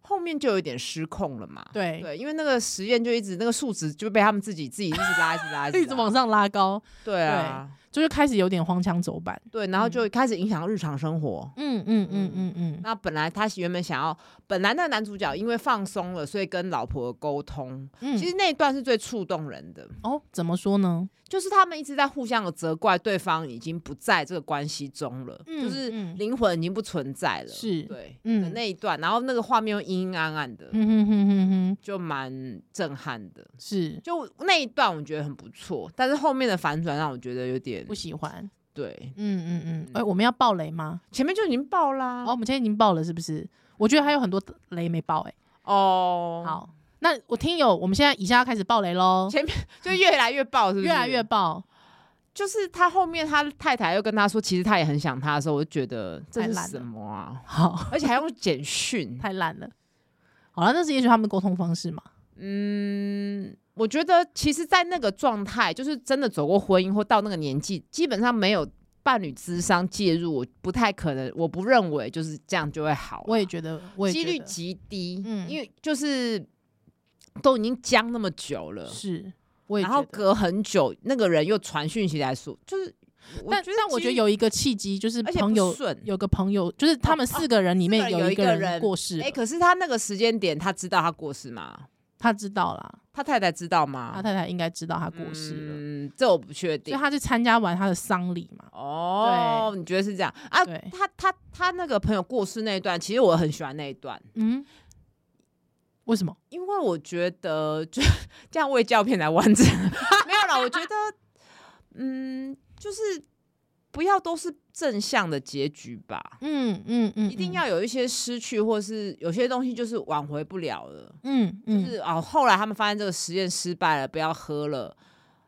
Speaker 2: 后面就有点失控了嘛，
Speaker 1: 对
Speaker 2: 对，因为那个实验就一直那个数值就被他们自己自己一直拉，一直 拉，
Speaker 1: 一直往上拉高，
Speaker 2: 对啊，
Speaker 1: 就是开始有点荒腔走板。
Speaker 2: 对，嗯然后就开始影响日常生活。
Speaker 1: 嗯嗯嗯嗯嗯，
Speaker 2: 那本来他原本想要，本来那个男主角因为放松了，所以跟老婆沟通。
Speaker 1: 嗯，
Speaker 2: 其实那一段是最触动人的，
Speaker 1: 哦，怎么说呢？
Speaker 2: 就是他们一直在互相的责怪对方已经不在这个关系中了，
Speaker 1: 嗯
Speaker 2: 就是
Speaker 1: 嗯
Speaker 2: 灵魂已经不存在了。
Speaker 1: 是
Speaker 2: 对，
Speaker 1: 嗯
Speaker 2: 的那一段，然后那个画面又阴阴暗暗的，
Speaker 1: 嗯哼哼哼哼，
Speaker 2: 就蛮震撼的。
Speaker 1: 是
Speaker 2: 就那一段我觉得很不错，但是后面的反转让我觉得有点
Speaker 1: 不喜欢。
Speaker 2: 对，
Speaker 1: 嗯嗯嗯，哎、
Speaker 2: 嗯
Speaker 1: 我们要爆雷吗？
Speaker 2: 前面就已经爆啦。
Speaker 1: 哦，我们今天已经爆了，是不是？我觉得还有很多雷没爆、哎、
Speaker 2: 哦，，
Speaker 1: 好，那我听友，我们现在以下要开始爆雷喽，
Speaker 2: 前面就越来越爆，是不是？
Speaker 1: 越来越爆，
Speaker 2: 就是他后面他太太又跟他说，其实他也很想他的时候，我就觉得这
Speaker 1: 太
Speaker 2: 是
Speaker 1: 烂了
Speaker 2: 什么 啊？
Speaker 1: 好，
Speaker 2: 而且还用简讯，
Speaker 1: 太烂了。好了，那是也许他们的沟通方式嘛。
Speaker 2: 嗯。我觉得，其实，在那个状态，就是真的走过婚姻或到那个年纪，基本上没有伴侣智商介入，我不太可能，我不认为就是这样就会好啊、
Speaker 1: 我也觉得，我也
Speaker 2: 几
Speaker 1: 觉
Speaker 2: 率
Speaker 1: 得
Speaker 2: 极低，
Speaker 1: 嗯
Speaker 2: 因为就是都已经僵那么久了，
Speaker 1: 是，我也
Speaker 2: 然
Speaker 1: 觉
Speaker 2: 后
Speaker 1: 得。
Speaker 2: 隔很久，那个人又传讯息来说，就是，
Speaker 1: 但但我觉得
Speaker 2: 几率，
Speaker 1: 有一个契机，就是
Speaker 2: 而且
Speaker 1: 朋
Speaker 2: 不
Speaker 1: 友
Speaker 2: 顺。
Speaker 1: 有个朋友，就是他们
Speaker 2: 哦哦
Speaker 1: 四个人里面
Speaker 2: 四个人有
Speaker 1: 一
Speaker 2: 一
Speaker 1: 个
Speaker 2: 个人
Speaker 1: 过世了
Speaker 2: 哎、，可是他那个时间点，他知道他过世吗？
Speaker 1: 他知道啦，
Speaker 2: 他太太知道
Speaker 1: 啊他
Speaker 2: 吗？
Speaker 1: 太太应该知道他过世了，
Speaker 2: 啊嗯，这我不确
Speaker 1: 所以
Speaker 2: 定。
Speaker 1: 他去参加完他的丧礼嘛。
Speaker 2: 哦，你觉得是这样啊？
Speaker 1: 对，
Speaker 2: 他他他那个朋友过世那一段，其实我很喜欢那一段，
Speaker 1: 嗯，为什么？
Speaker 2: 因为我觉得就这样为胶片来完整， 没有啦，我觉得，嗯，就是不要都是正向的结局吧，
Speaker 1: 嗯嗯嗯，
Speaker 2: 一
Speaker 1: 嗯，
Speaker 2: 定要有一些失去，或是有些东西就是挽回不了了。
Speaker 1: 嗯
Speaker 2: 就
Speaker 1: 嗯，
Speaker 2: 是哦，后来他们发现这个实验失败了，不要喝了。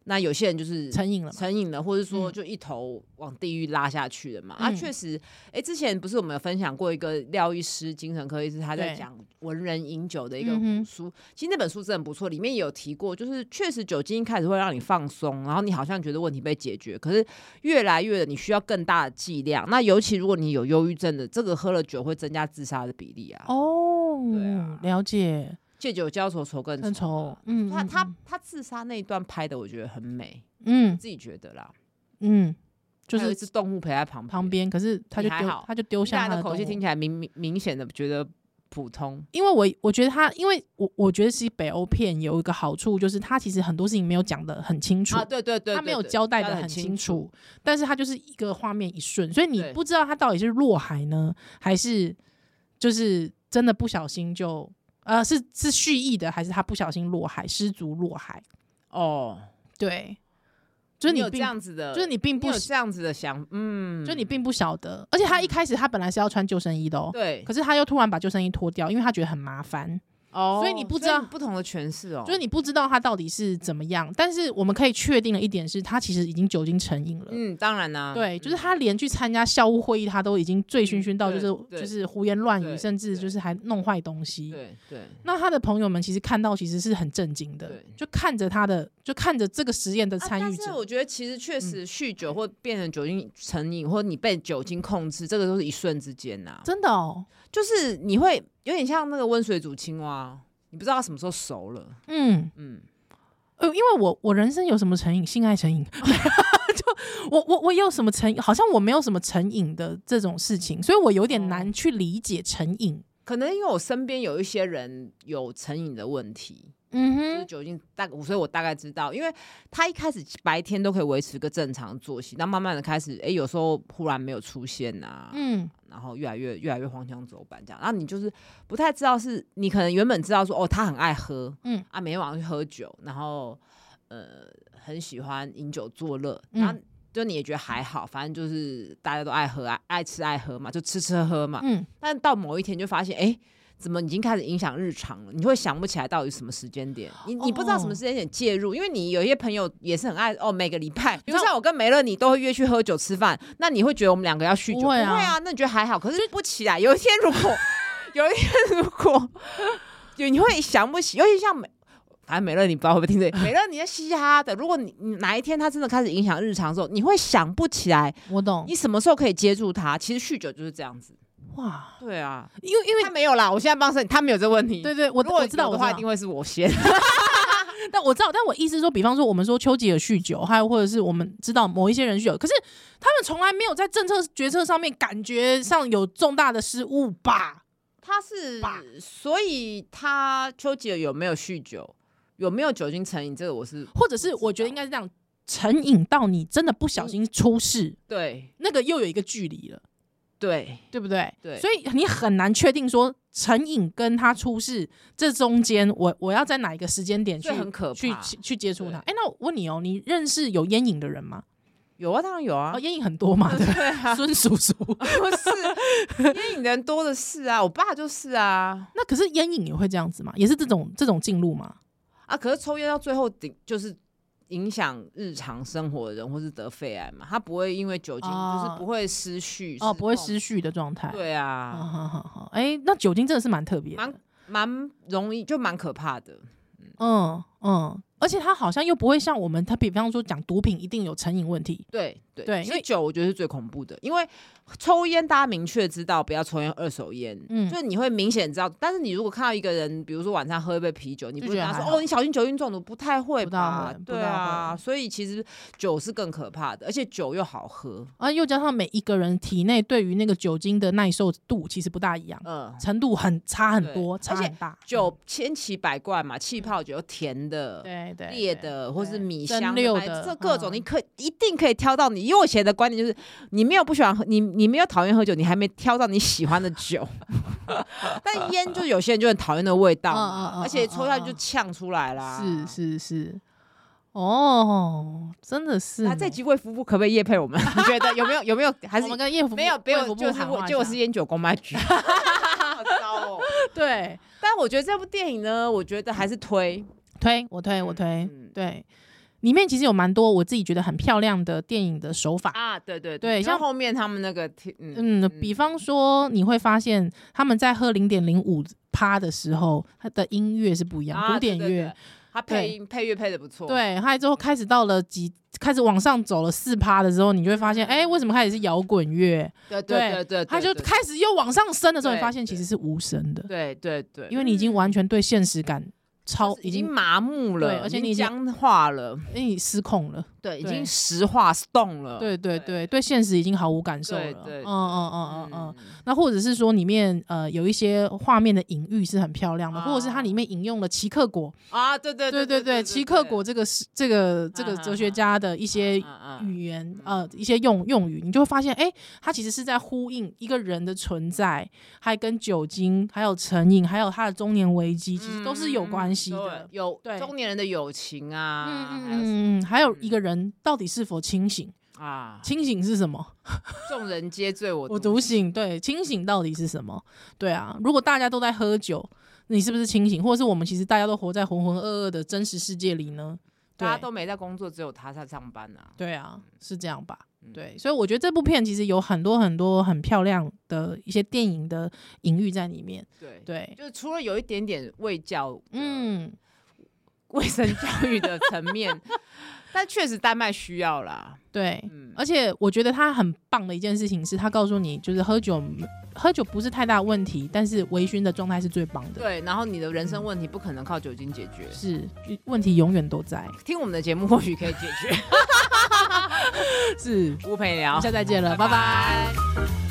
Speaker 2: 那有些人就是
Speaker 1: 成瘾了嘛。
Speaker 2: 成瘾了，或者说
Speaker 1: 嗯
Speaker 2: 就一头往地狱拉下去了嘛。啊，
Speaker 1: 嗯
Speaker 2: 确实，哎、之前不是我们有分享过一个廖医师、精神科医师，他在
Speaker 1: 对
Speaker 2: 讲文人饮酒的一个
Speaker 1: 嗯哼
Speaker 2: 书，其实那本书真的不错，里面也有提过，就是确实酒精一开始会让你放松，然后你好像觉得问题被解决，可是越来越你需要更大的剂量。那尤其如果你有忧郁症的，这个喝了酒会增加自杀的比例啊，
Speaker 1: 哦，
Speaker 2: 对啊
Speaker 1: 了解，
Speaker 2: 借酒浇愁，愁更
Speaker 1: 很
Speaker 2: 愁
Speaker 1: 愁
Speaker 2: 啊。。
Speaker 1: 嗯，
Speaker 2: 他
Speaker 1: 嗯
Speaker 2: 他他自杀那一段拍的，我觉得很美，
Speaker 1: 嗯
Speaker 2: 自己觉得啦，
Speaker 1: 嗯，就
Speaker 2: 还有一
Speaker 1: 是
Speaker 2: 只动物陪在旁
Speaker 1: 旁边，可是他就
Speaker 2: 你还
Speaker 1: 丢
Speaker 2: 好，
Speaker 1: 他就丢
Speaker 2: 下
Speaker 1: 下他
Speaker 2: 的口气
Speaker 1: 动物
Speaker 2: 听起来明明明显的觉得普通，
Speaker 1: 因为我我觉得他，因为我我觉得其实北欧片有一个好处，就是他其实很多事情没有讲得很清楚，
Speaker 2: 啊，对对对，
Speaker 1: 他没有
Speaker 2: 对
Speaker 1: 交代
Speaker 2: 交
Speaker 1: 的
Speaker 2: 代
Speaker 1: 很
Speaker 2: 很
Speaker 1: 清
Speaker 2: 清
Speaker 1: 楚，但是他就是一个画面一瞬，所以你
Speaker 2: 对
Speaker 1: 不知道他到底是落海呢，还是就是真的不小心就呃是是蓄意的，还是他不小心落海失足落海？
Speaker 2: 哦，
Speaker 1: 对，就是
Speaker 2: 你
Speaker 1: 你
Speaker 2: 有这
Speaker 1: 并
Speaker 2: 样子的，
Speaker 1: 就是你并不
Speaker 2: 你有这样子的想，嗯，
Speaker 1: 就是你并不晓得，而且他一开始他本来是要穿救生衣的哦，
Speaker 2: 对
Speaker 1: 可是他又突然把救生衣脱掉，因为他觉得很麻烦，
Speaker 2: 哦
Speaker 1: 所以你不知道
Speaker 2: 所以不同的诠释哦，
Speaker 1: 就是你不知道它到底是怎么样，但是我们可以确定的一点是，他其实已经酒精成瘾了。
Speaker 2: 嗯，当然啦、
Speaker 1: 对，就是他连去参加校务会议，他都已经醉醺醺到，就
Speaker 2: 对
Speaker 1: 是
Speaker 2: 对
Speaker 1: 就是胡言乱语，
Speaker 2: 对
Speaker 1: 甚至
Speaker 2: 对
Speaker 1: 就是还弄坏东西。
Speaker 2: 对对
Speaker 1: 那他的朋友们其实看到其实是很震惊的
Speaker 2: 对，
Speaker 1: 就看着他的，就看着这个实验的参与
Speaker 2: 啊但是
Speaker 1: 者。
Speaker 2: 我觉得其实确实酗酒或变成酒精成瘾，或你被酒精控制，这个都是一瞬之间呐、
Speaker 1: 真的哦，
Speaker 2: 就是你会有点像那个温水煮青蛙，你不知道它什么时候熟了。
Speaker 1: 嗯，
Speaker 2: 嗯，
Speaker 1: 呃，因为我我人生有什么成瘾？性爱成瘾， 就我我我有什么成瘾？好像我没有什么成瘾的这种事情，所以我有点
Speaker 2: 哦
Speaker 1: 难去理解成瘾。
Speaker 2: 可能因为我身边有一些人有成瘾的问题，
Speaker 1: 嗯
Speaker 2: 就是
Speaker 1: 哼，
Speaker 2: 酒精大，所以我大概知道，因为他一开始白天都可以维持个正常作息，那慢慢的开始，哎、有时候忽然没有出现呐、
Speaker 1: 嗯，
Speaker 2: 然后越来越越来越荒腔走板这样，然后你就是不太知道是你可能原本知道说哦他很爱喝，
Speaker 1: 嗯
Speaker 2: 嗯啊每天晚上去喝酒，然后呃很喜欢饮酒作乐，
Speaker 1: 嗯
Speaker 2: 然后就你也觉得还好，反正就是大家都爱喝爱爱吃爱喝嘛，就吃吃喝喝嘛，
Speaker 1: 嗯，
Speaker 2: 但到某一天就发现哎。诶怎么已经开始影响日常了？你会想不起来到底什么时间点，你你不知道什么时间点介入，因为你有一些朋友也是很爱哦，每个礼拜，比如像我跟梅乐，你都会约去喝酒吃饭，那你会觉得我们两个要酗酒？
Speaker 1: 不会啊
Speaker 2: 不会啊，那你觉得还好？可是不起来，有一天如果 有一天如果有你会想不起，尤其像美，反正美乐你不知道会不会听 这个，美乐你在嘻嘻哈哈的，如果你你哪一天他真的开始影响日常的时候，你会想不起来
Speaker 1: 我懂
Speaker 2: 你。什么时候可以接住他。其实酗酒就是这样子，
Speaker 1: 哇，
Speaker 2: 对啊，
Speaker 1: 因为因
Speaker 2: 他没有啦，我现在帮你，他没有这问题。
Speaker 1: 对对，我
Speaker 2: 如果
Speaker 1: 我知道，
Speaker 2: 有
Speaker 1: 我
Speaker 2: 的
Speaker 1: 知
Speaker 2: 话一
Speaker 1: 道
Speaker 2: 定。会是我先。
Speaker 1: 但我知道，但我意思是说，比方说我们说丘吉尔酗酒，还有或者是我们知道某一些人酗酒，可是他们从来没有在政策决策上面感觉上有重大的失误吧？
Speaker 2: 他是
Speaker 1: 吧，
Speaker 2: 所以他丘吉尔有没有酗酒，有没有酒精成瘾，这个我是
Speaker 1: 或者是我觉得应该是这样，成瘾到你真的不小心出事，
Speaker 2: 对
Speaker 1: 那个又有一个距离了，
Speaker 2: 对
Speaker 1: 对不对？
Speaker 2: 对
Speaker 1: 所以你很难确定说成瘾跟他出事这中间，我我要在哪一个时间点去
Speaker 2: 这很可怕
Speaker 1: 去去去接触他？
Speaker 2: 对
Speaker 1: 哎，那我问你哦，你认识有烟瘾的人吗？
Speaker 2: 有啊，当然有啊
Speaker 1: 哦，，烟瘾很多嘛， 对不对？
Speaker 2: 对啊，
Speaker 1: 孙叔叔，
Speaker 2: 不 是，烟瘾的人多的是啊，我爸就是啊，
Speaker 1: 那可是烟瘾也会这样子嘛，也是这种这种进入嘛？
Speaker 2: 啊，可是抽烟到最后顶就是影响日常生活的人，或是得肺癌嘛，他不会因为酒精，
Speaker 1: 哦
Speaker 2: 就是不会失序
Speaker 1: 哦，不会失
Speaker 2: 序，
Speaker 1: 序的状态。，
Speaker 2: 对
Speaker 1: 好
Speaker 2: 啊，
Speaker 1: 好好好，哎，那酒精真的是蛮特别
Speaker 2: 蛮
Speaker 1: 的，
Speaker 2: 蛮容易，就蛮可怕的，
Speaker 1: 嗯嗯，而且它好像又不会像我们，它比方说讲毒品一定有成瘾问题，
Speaker 2: 对对
Speaker 1: 对
Speaker 2: 其
Speaker 1: 因为
Speaker 2: 实酒我觉得是最恐怖的，因为抽烟大家明确知道不要抽烟二手烟，
Speaker 1: 嗯
Speaker 2: 就是你会明显知道。但是你如果看到一个人，比如说晚上喝一杯啤酒，你
Speaker 1: 就
Speaker 2: 不会
Speaker 1: 觉
Speaker 2: 跟
Speaker 1: 得
Speaker 2: 他
Speaker 1: 还
Speaker 2: 说
Speaker 1: 好
Speaker 2: 哦你小心酒精中毒，不太会
Speaker 1: 不大
Speaker 2: 吧
Speaker 1: 会？不
Speaker 2: 对
Speaker 1: 大会
Speaker 2: 啊，所以其实酒是更可怕的，而且酒又好喝，
Speaker 1: 啊，又加上每一个人体内对于那个酒精的耐受度其实不大一样，
Speaker 2: 嗯。
Speaker 1: 程度很差很
Speaker 2: 对
Speaker 1: 多，
Speaker 2: 而
Speaker 1: 差
Speaker 2: 且
Speaker 1: 很大。
Speaker 2: 酒千奇百怪嘛，气泡酒、甜的、
Speaker 1: 对对
Speaker 2: 烈
Speaker 1: 对
Speaker 2: 的，或是
Speaker 1: 对
Speaker 2: 米
Speaker 1: 蒸
Speaker 2: 香
Speaker 1: 馏
Speaker 2: 白
Speaker 1: 的
Speaker 2: 这各种
Speaker 1: 嗯
Speaker 2: 你可一定可以挑到你。因为我以前的观点就是，你没有不喜欢喝，你你没有讨厌喝酒，你还没挑到你喜欢的酒。 但烟就是有些人就很讨厌那个味道嘛，
Speaker 1: 嗯嗯嗯
Speaker 2: 而且抽下
Speaker 1: 嗯
Speaker 2: 去
Speaker 1: 嗯
Speaker 2: 就呛出来啊啦。
Speaker 1: 是。是是，哦，真的是呢。
Speaker 2: 那这集卫福部可不可以夜配我们？ 你觉得有没有有没有还
Speaker 1: 我
Speaker 2: 是
Speaker 1: 们跟叶福
Speaker 2: 没有没有
Speaker 1: 不
Speaker 2: 就是
Speaker 1: 喊
Speaker 2: 我
Speaker 1: 话一
Speaker 2: 就我
Speaker 1: 下
Speaker 2: 是烟酒公卖局， 好糟哦。
Speaker 1: 对
Speaker 2: 但我觉得这部电影呢，我觉得还是推，
Speaker 1: 推我推我
Speaker 2: 嗯
Speaker 1: 推，
Speaker 2: 嗯
Speaker 1: 对，里面其实有蛮多我自己觉得很漂亮的电影的手法。
Speaker 2: 啊，对对
Speaker 1: 对像
Speaker 2: 像后面他们那个听，嗯
Speaker 1: 嗯，比方说你会发现他们在喝零点零五趴的时候，它的音乐是不一样，古典，
Speaker 2: 啊对对
Speaker 1: 乐
Speaker 2: 对，他配音配乐配的不错，，
Speaker 1: 对，还之后开始到了几，开始往上走了四趴的时候，你就会发现，哎、为什么开始是摇滚乐？
Speaker 2: 对
Speaker 1: 对
Speaker 2: 对对对，
Speaker 1: 它
Speaker 2: 对
Speaker 1: 就
Speaker 2: 对
Speaker 1: 开始又往上升的时候，你
Speaker 2: 对
Speaker 1: 发现
Speaker 2: 对
Speaker 1: 其实是无声的，
Speaker 2: 对对对，
Speaker 1: 因为你已经完全对现实感超，
Speaker 2: 就是
Speaker 1: 已
Speaker 2: 已经
Speaker 1: 经
Speaker 2: 麻木
Speaker 1: 对
Speaker 2: 了，
Speaker 1: 而且你
Speaker 2: 你
Speaker 1: 已经
Speaker 2: 僵化了，
Speaker 1: 你失控了，
Speaker 2: 对，已
Speaker 1: 对
Speaker 2: 经石化 stone 了，
Speaker 1: 对对对，对现实已经毫无感受了，
Speaker 2: 对
Speaker 1: 嗯
Speaker 2: 对
Speaker 1: 嗯嗯嗯嗯。
Speaker 2: 嗯，
Speaker 1: 那或者是说里面呃有一些画面的隐喻是很漂亮的，
Speaker 2: 啊
Speaker 1: 或者是它里面引用了齐克果，
Speaker 2: 啊，对对
Speaker 1: 对对对，齐克果这个是这个这个
Speaker 2: 啊啊
Speaker 1: 哲学家的一些
Speaker 2: 啊
Speaker 1: 语言呃一些用用语，你就会发现，哎，它其实是在呼应一个人的存在，还跟酒精、还有成瘾、还有他的中年危机，其实都是有关系的。
Speaker 2: 嗯有
Speaker 1: 对
Speaker 2: 中年人的友情啊，
Speaker 1: 嗯嗯
Speaker 2: 还有
Speaker 1: 嗯嗯，还有一个人到底是否清醒？
Speaker 2: 啊，
Speaker 1: 清醒是什么？
Speaker 2: 众人皆醉我
Speaker 1: 我
Speaker 2: 独
Speaker 1: 独醒，对，清醒到底是什么？对啊，如果大家都在喝酒，你是不是清醒，或者是我们其实大家都活在浑浑噩噩的真实世界里呢？
Speaker 2: 大家
Speaker 1: 对
Speaker 2: 都没在工作，只有他在上班啊。
Speaker 1: 对啊，是这样吧？
Speaker 2: 嗯，
Speaker 1: 对，所以我觉得这部片其实有很多很多很漂亮的一些电影的隐喻在里面。
Speaker 2: 对
Speaker 1: 对，
Speaker 2: 就是除了有一点点卫教，嗯，
Speaker 1: 嗯，
Speaker 2: 卫生教育的层面，但确实丹麦需要啦。
Speaker 1: 对，
Speaker 2: 嗯，
Speaker 1: 而且我觉得他很棒的一件事情是，他告诉你，就是喝酒，喝酒不是太大问题，但是微醺的状态是最棒的。
Speaker 2: 对，然后你的人生问题不可能靠酒精解决，
Speaker 1: 是问题永远都在。
Speaker 2: 听我们的节目或许可以解决。
Speaker 1: 是，
Speaker 2: 吴培聊，
Speaker 1: 下次再见了，拜拜
Speaker 2: 拜拜